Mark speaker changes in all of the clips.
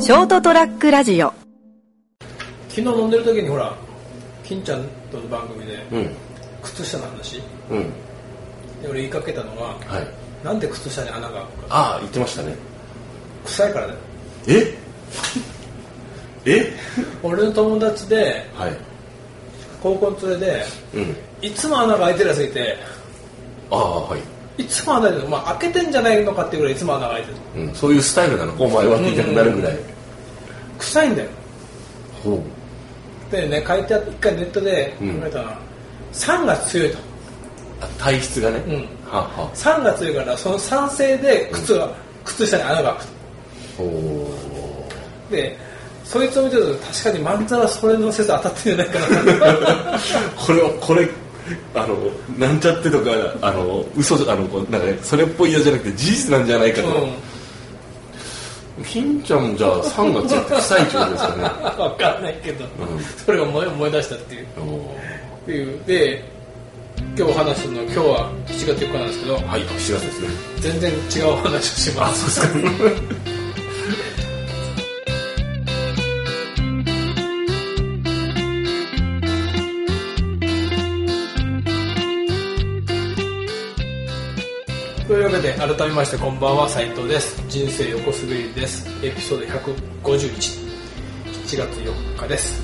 Speaker 1: ショートトラックラジオ
Speaker 2: 昨日飲んでる時にほら金ちゃんとの番組で
Speaker 3: うん
Speaker 2: 靴下の話
Speaker 3: うん
Speaker 2: で俺言いかけたのが
Speaker 3: はい
Speaker 2: なんで靴下に穴が開くか
Speaker 3: ああ言ってましたね
Speaker 2: 臭いからだよ
Speaker 3: え え
Speaker 2: 俺の友達で
Speaker 3: はい
Speaker 2: 高校の連れで
Speaker 3: うん
Speaker 2: いつも穴が開いてるやつがいて
Speaker 3: ああはい、
Speaker 2: いつも穴開いてる、まあ、開けてんじゃないのかっていうぐらいいつも穴が開いてる
Speaker 3: うん、そういうスタイルなのかお前はって言いたくなるぐらい、
Speaker 2: 臭いんだよ
Speaker 3: ほう
Speaker 2: でね書いてあって一回ネットで
Speaker 3: うん
Speaker 2: 考えたら、酸が強いと
Speaker 3: あ体質がね、
Speaker 2: うん
Speaker 3: はあはあ
Speaker 2: 酸が強いからその酸性で靴が、靴下に穴が開くと
Speaker 3: ほう
Speaker 2: でそいつを見てると確かにまんざらそれの説当たってるんじゃないかな
Speaker 3: これはこれあのなんちゃってとかあの嘘じゃあのこうなんかねそれっぽいよじゃなくて事実なんじゃないかと、
Speaker 2: うん
Speaker 3: 金ちゃんじゃあ3月やって臭いってことですかね
Speaker 2: わかんないけど、
Speaker 3: ん
Speaker 2: それが思い思い出したっていう
Speaker 3: おー
Speaker 2: っていうで今日話すの今日は7月4日なんですけど
Speaker 3: はい7月ですね
Speaker 2: 全然違うお話をします
Speaker 3: そうですか
Speaker 2: というわけで改めましてこんばんは斉藤です人生横滑りですエピソード1517月4日です、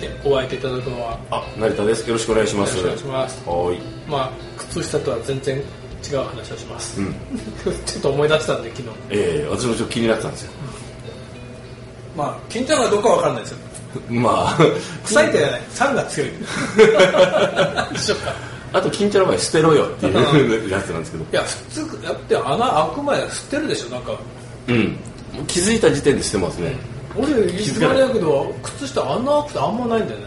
Speaker 2: でお相手いただくのは
Speaker 3: あ成田ですよろしくお願いします
Speaker 2: よろしくお願いします
Speaker 3: はーい
Speaker 2: まあ靴下とは全然違う話をします、
Speaker 3: うん
Speaker 2: ちょっと思い出したんで昨日
Speaker 3: ええ私もちょっと気になってたんですよ
Speaker 2: まあ金太郎はどうかわかんないですよ
Speaker 3: まあ
Speaker 2: 臭いって言わない酸が 強い一緒か
Speaker 3: あと金ちゃんの場合捨てろよっていうやつなんですけど
Speaker 2: いや普通だって穴開く前は吸ってるでしょなんか
Speaker 3: うんもう気づいた時点で捨てますね、
Speaker 2: 俺い
Speaker 3: づ
Speaker 2: つ
Speaker 3: か
Speaker 2: ま
Speaker 3: ない
Speaker 2: でだけど靴下穴開くってあんまないんだよね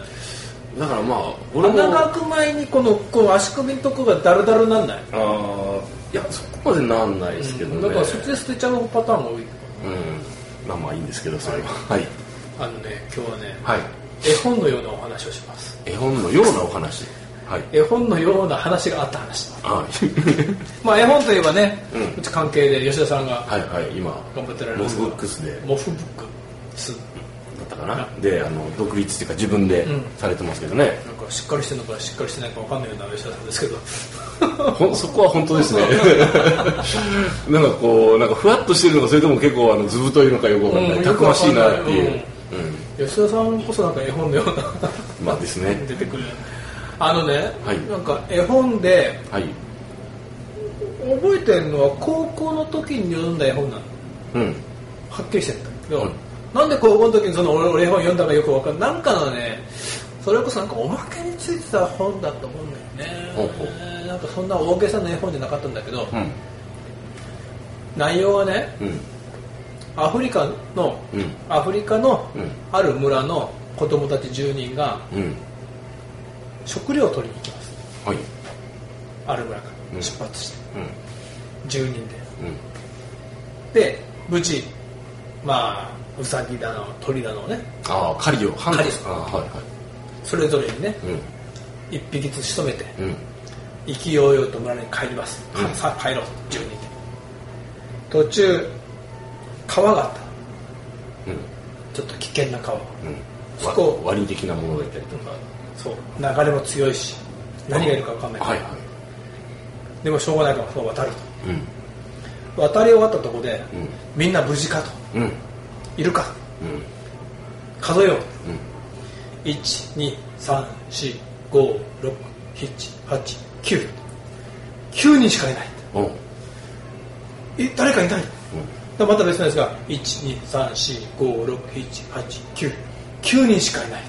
Speaker 3: だからまあ俺も
Speaker 2: 穴が開く前にこのこう足首のとこがダルダルなんない、
Speaker 3: ああいやそこまでなんないですけどね、
Speaker 2: だからそっちで捨てちゃうパターンが多い
Speaker 3: うんまあまあいいんですけどそれははい
Speaker 2: あのね今日はね
Speaker 3: はい
Speaker 2: 絵本のようなお話をします
Speaker 3: 絵本のようなお話はい
Speaker 2: 絵本のような話があった話
Speaker 3: はい
Speaker 2: まあ絵本といえばね、う
Speaker 3: うん
Speaker 2: ち関係で吉田さんが
Speaker 3: はいはい今
Speaker 2: 頑張ってられる
Speaker 3: モスブックスで
Speaker 2: モフブックス
Speaker 3: だったかなであの独立っていうか自分で
Speaker 2: うん
Speaker 3: されてますけどね、
Speaker 2: なんかしっかりしてるのかしっかりしてないかわかんないような吉田さんですけど
Speaker 3: ほんそこは本当ですね なんかこうなんかふわっとしてるのかそれとも結構あのずぶといのかよくわかんない、
Speaker 2: うん
Speaker 3: たくましいなっていう
Speaker 2: よ、吉田さんこそなんか絵本のような
Speaker 3: うん、まあですね
Speaker 2: 出てくるあのね、
Speaker 3: はい
Speaker 2: なんか絵本で
Speaker 3: はい
Speaker 2: 覚えてるのは高校の時に読んだ絵本なの
Speaker 3: うん
Speaker 2: はっきりしてるんだけど、
Speaker 3: うん
Speaker 2: なんで高校の時にその俺俺絵本読んだかよくわかんないなんかのねそれこそなんかおまけについてた本だと思うんだよね
Speaker 3: ほうほ
Speaker 2: なんかそんな大げさな絵本じゃなかったんだけど、
Speaker 3: うん
Speaker 2: 内容はね
Speaker 3: うん
Speaker 2: アフリカの、
Speaker 3: うん
Speaker 2: アフリカの
Speaker 3: うん
Speaker 2: ある村の子供たち10人が
Speaker 3: うん
Speaker 2: 食料を取りに行きます
Speaker 3: はい
Speaker 2: ある村か
Speaker 3: う
Speaker 2: ら
Speaker 3: ん
Speaker 2: 出発して
Speaker 3: うん
Speaker 2: 10人
Speaker 3: うん
Speaker 2: でで無事まあウサギだの鳥だのね
Speaker 3: ああ狩りを狩
Speaker 2: 狩り
Speaker 3: ああはいは
Speaker 2: それぞれにね
Speaker 3: い
Speaker 2: 1匹ずつ仕留めて
Speaker 3: うんうん
Speaker 2: 意気揚々と村に帰ります、
Speaker 3: うん
Speaker 2: さあ帰ろう10人で途中川があった
Speaker 3: うん
Speaker 2: ちょっと危険な川
Speaker 3: うん
Speaker 2: そこ
Speaker 3: わ割り的なものだったりとか
Speaker 2: そう流れも強いし何がいるか分かんない、
Speaker 3: はいは
Speaker 2: でもしょうがないからそう渡る
Speaker 3: いうん
Speaker 2: と渡り終わったとこで、
Speaker 3: うん
Speaker 2: みんな無事かと
Speaker 3: うんうん
Speaker 2: いるか数えよう
Speaker 3: うん
Speaker 2: 123456789人しかいない
Speaker 3: おう
Speaker 2: え誰かいない
Speaker 3: うん
Speaker 2: また別なんですが123456789 9人しかいない、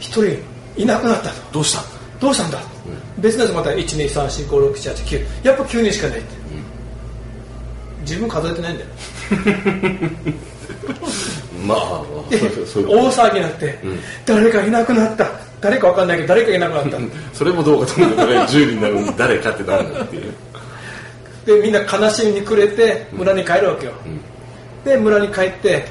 Speaker 2: 一1人いなくなったと
Speaker 3: どうした
Speaker 2: どうしたんだ、別のやつまた123456789やっぱ9人しかいないって、自分数えてないんだよ
Speaker 3: まあ
Speaker 2: で
Speaker 3: そうそうそう
Speaker 2: 大騒ぎになって、
Speaker 3: ん
Speaker 2: 誰かいなくなった誰かわかんないけど誰かいなくな った
Speaker 3: それもどうかと思うけどね10人なのに誰かってなんだっていう
Speaker 2: でみんな悲しみに暮れて村に帰るわけよ、
Speaker 3: ん
Speaker 2: で村に帰って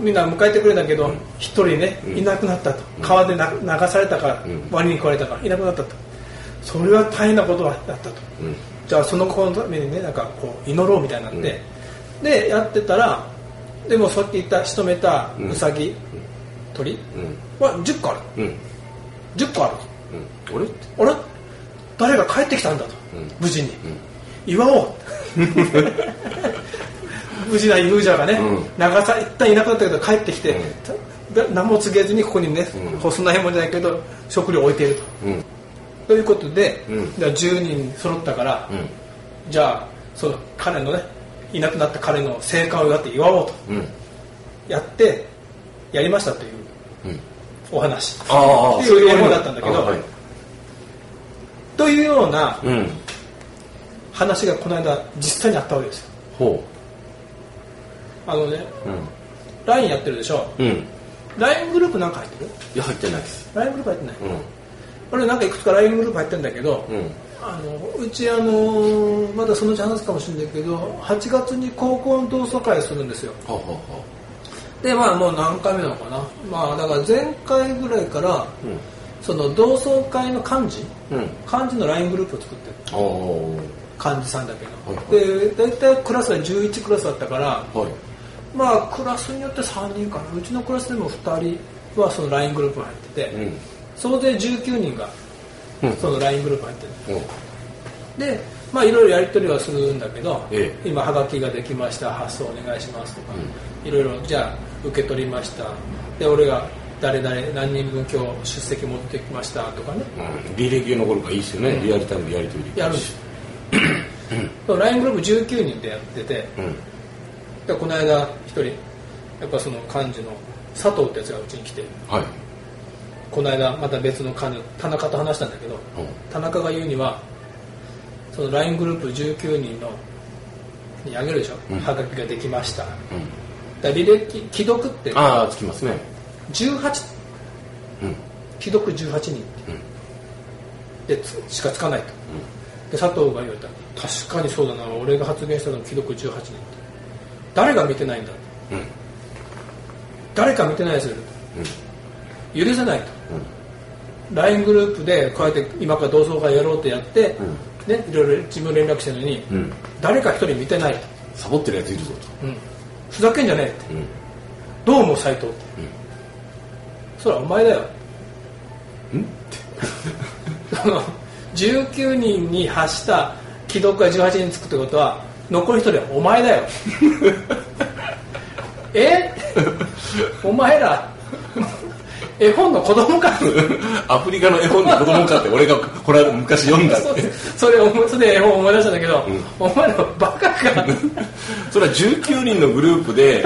Speaker 2: みんな迎えてくれたけど一、人ね
Speaker 3: ん
Speaker 2: いなくなったと、川でな流されたから、
Speaker 3: ん
Speaker 2: ワニに食われたからいなくなったとそれは大変なことだったと
Speaker 3: うん
Speaker 2: じゃあその子のためにねなんかこう祈ろうみたいになって、でやってたらでもさっき言った仕留めた
Speaker 3: うん
Speaker 2: ウサギ、鳥
Speaker 3: うん
Speaker 2: は10個ある
Speaker 3: うん
Speaker 2: 10個ある
Speaker 3: うん俺って
Speaker 2: あれ誰が帰ってきたんだと、
Speaker 3: うん
Speaker 2: 無事に、
Speaker 3: ん
Speaker 2: 祝おう 無事なイムージャーがね、
Speaker 3: うん
Speaker 2: 長さ一旦いなくなったけど帰ってきて、
Speaker 3: うん
Speaker 2: だ何も告げずにここにね、
Speaker 3: うん
Speaker 2: こうそんなもんじゃないけど食料置いていると
Speaker 3: うん
Speaker 2: ということで、
Speaker 3: うん
Speaker 2: じゃあ10人揃ったから、じゃあその彼のねいなくなった彼の生還を祝って祝おうと
Speaker 3: うんうん
Speaker 2: やってやりましたという
Speaker 3: うん
Speaker 2: お話
Speaker 3: あ
Speaker 2: っていう絵本だったんだけど、
Speaker 3: あはい
Speaker 2: というような
Speaker 3: うん
Speaker 2: 話がこの間実際にあったわけですよ
Speaker 3: ほ
Speaker 2: あのね
Speaker 3: ううん
Speaker 2: LINE やってるでしょ
Speaker 3: うん
Speaker 2: LINE グループなんか入ってる
Speaker 3: いや入ってないです
Speaker 2: LINE グループ入ってない
Speaker 3: うん
Speaker 2: 俺なんかいくつか LINE グループ入ってるんだけど、
Speaker 3: うん
Speaker 2: あのうちあのーまだそのうち話すかもしれないけど8月に高校の同窓会するんですよ
Speaker 3: ははは
Speaker 2: でまあもう何回目なのかなまあだから前回ぐらいから
Speaker 3: う
Speaker 2: その同窓会の幹事
Speaker 3: んうん
Speaker 2: 幹事の LINE グループを作ってる
Speaker 3: ああ
Speaker 2: 幹事さんだけど、
Speaker 3: はい
Speaker 2: で大体クラスは11クラスだったから
Speaker 3: はい
Speaker 2: まあクラスによって3人かなうちのクラスでも2人はその LINE グループに入ってて、
Speaker 3: うん
Speaker 2: 総勢19人が
Speaker 3: うん
Speaker 2: その LINE グループに入ってる
Speaker 3: うん
Speaker 2: でまあいろいろやり取りはするんだけど、
Speaker 3: え
Speaker 2: 今はがきができました発送お願いしますとか、いろいろじゃあ受け取りましたで俺が誰々何人分今日出席持ってきましたとかね
Speaker 3: うん履歴が残るからいいですよね、リアルタイムでやり取りでき
Speaker 2: やるんですよ LINE グループ19人でやってて
Speaker 3: うん
Speaker 2: でこの間一人やっぱその幹事の佐藤ってやつがうちに来て
Speaker 3: はい
Speaker 2: この間また別の幹事田中と話したんだけど
Speaker 3: う
Speaker 2: 田中が言うにはその LINE グループ19人のにあげるでしょ、
Speaker 3: うん
Speaker 2: はがきができましただか
Speaker 3: んうん
Speaker 2: ら履歴既読って
Speaker 3: ああつきますね
Speaker 2: 18
Speaker 3: うん
Speaker 2: 既読18人
Speaker 3: うん
Speaker 2: でつしかつかないと、で佐藤が言われた確かにそうだな俺が発言したの既読18人って誰が見てないんだ
Speaker 3: うん
Speaker 2: 誰か見てないやつがいる
Speaker 3: うん
Speaker 2: と許せないと
Speaker 3: うん
Speaker 2: LINE グループでこうやって今から同窓会やろうとやって、
Speaker 3: うん
Speaker 2: ね、いろいろ事務連絡してるのに、
Speaker 3: うん
Speaker 2: 誰か一人見てないと、
Speaker 3: サボってるやついるぞ
Speaker 2: うんふざけんじゃねえって
Speaker 3: とうん
Speaker 2: どう思う斎藤って、そらお前だよ
Speaker 3: ん
Speaker 2: その19人に発した既読が18人つくってことは残り1人はお前だ よえお前 ら絵本の子供か
Speaker 3: アフリカの絵本の子供かって俺がこれ昔読んだ
Speaker 2: そ
Speaker 3: って
Speaker 2: それ思いそれで絵本思い出したんだけど、
Speaker 3: ん
Speaker 2: お前らバカか
Speaker 3: それは19人のグループで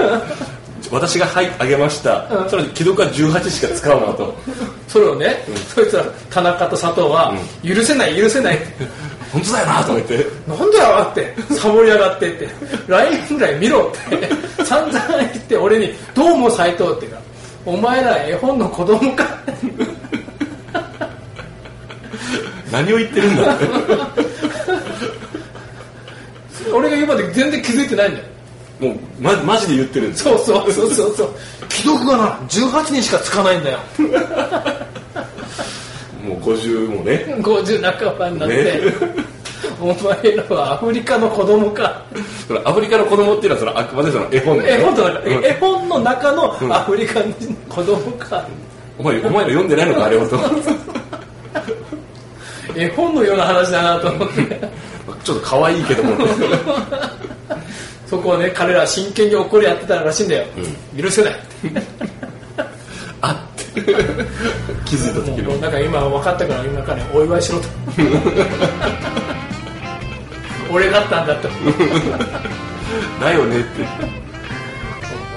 Speaker 3: 私が「はいあげました」
Speaker 2: うん
Speaker 3: それ既読は18しか使うなと
Speaker 2: それをね、そいつら田中と佐藤は許せない許せない
Speaker 3: 本当だよなと思って
Speaker 2: なんだよってサボりやがってって LINE ぐらい見ろって散々言って俺に「どうも斎藤」って言うからお前ら絵本の子供か
Speaker 3: 何を言ってるんだって
Speaker 2: 俺が言うまで全然気づいてないんだよ
Speaker 3: もうまマジで言ってるんです
Speaker 2: そうそうそうそうそう既読がな18人しかつかないんだよ
Speaker 3: もう50もね
Speaker 2: 50半ばになって、
Speaker 3: ね
Speaker 2: お前らはアフリカの子供か
Speaker 3: それアフリカの子供っていうのはそれあくまでその絵本だよ
Speaker 2: 絵本の中
Speaker 3: うん
Speaker 2: 絵本の中のアフリカの子供か
Speaker 3: お前お前ら読んでないのかあれをと
Speaker 2: 絵本のような話だなと思って
Speaker 3: ちょっと可愛いけども
Speaker 2: そこをね彼らは真剣に怒りやってたらしいんだよ、許せないって
Speaker 3: あって 気づいた時
Speaker 2: も
Speaker 3: の
Speaker 2: うなんか今分かったから今からお祝いしろ と俺だったんだと面
Speaker 3: だよねって、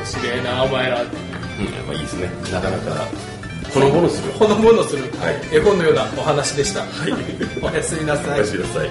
Speaker 2: 白いなお前らって
Speaker 3: うんまあいいですねなかなかこのものする
Speaker 2: ほのぼのする、
Speaker 3: はい
Speaker 2: 絵本のようなお話でした、
Speaker 3: い
Speaker 2: おやすみな
Speaker 3: お
Speaker 2: さい
Speaker 3: やすみなさい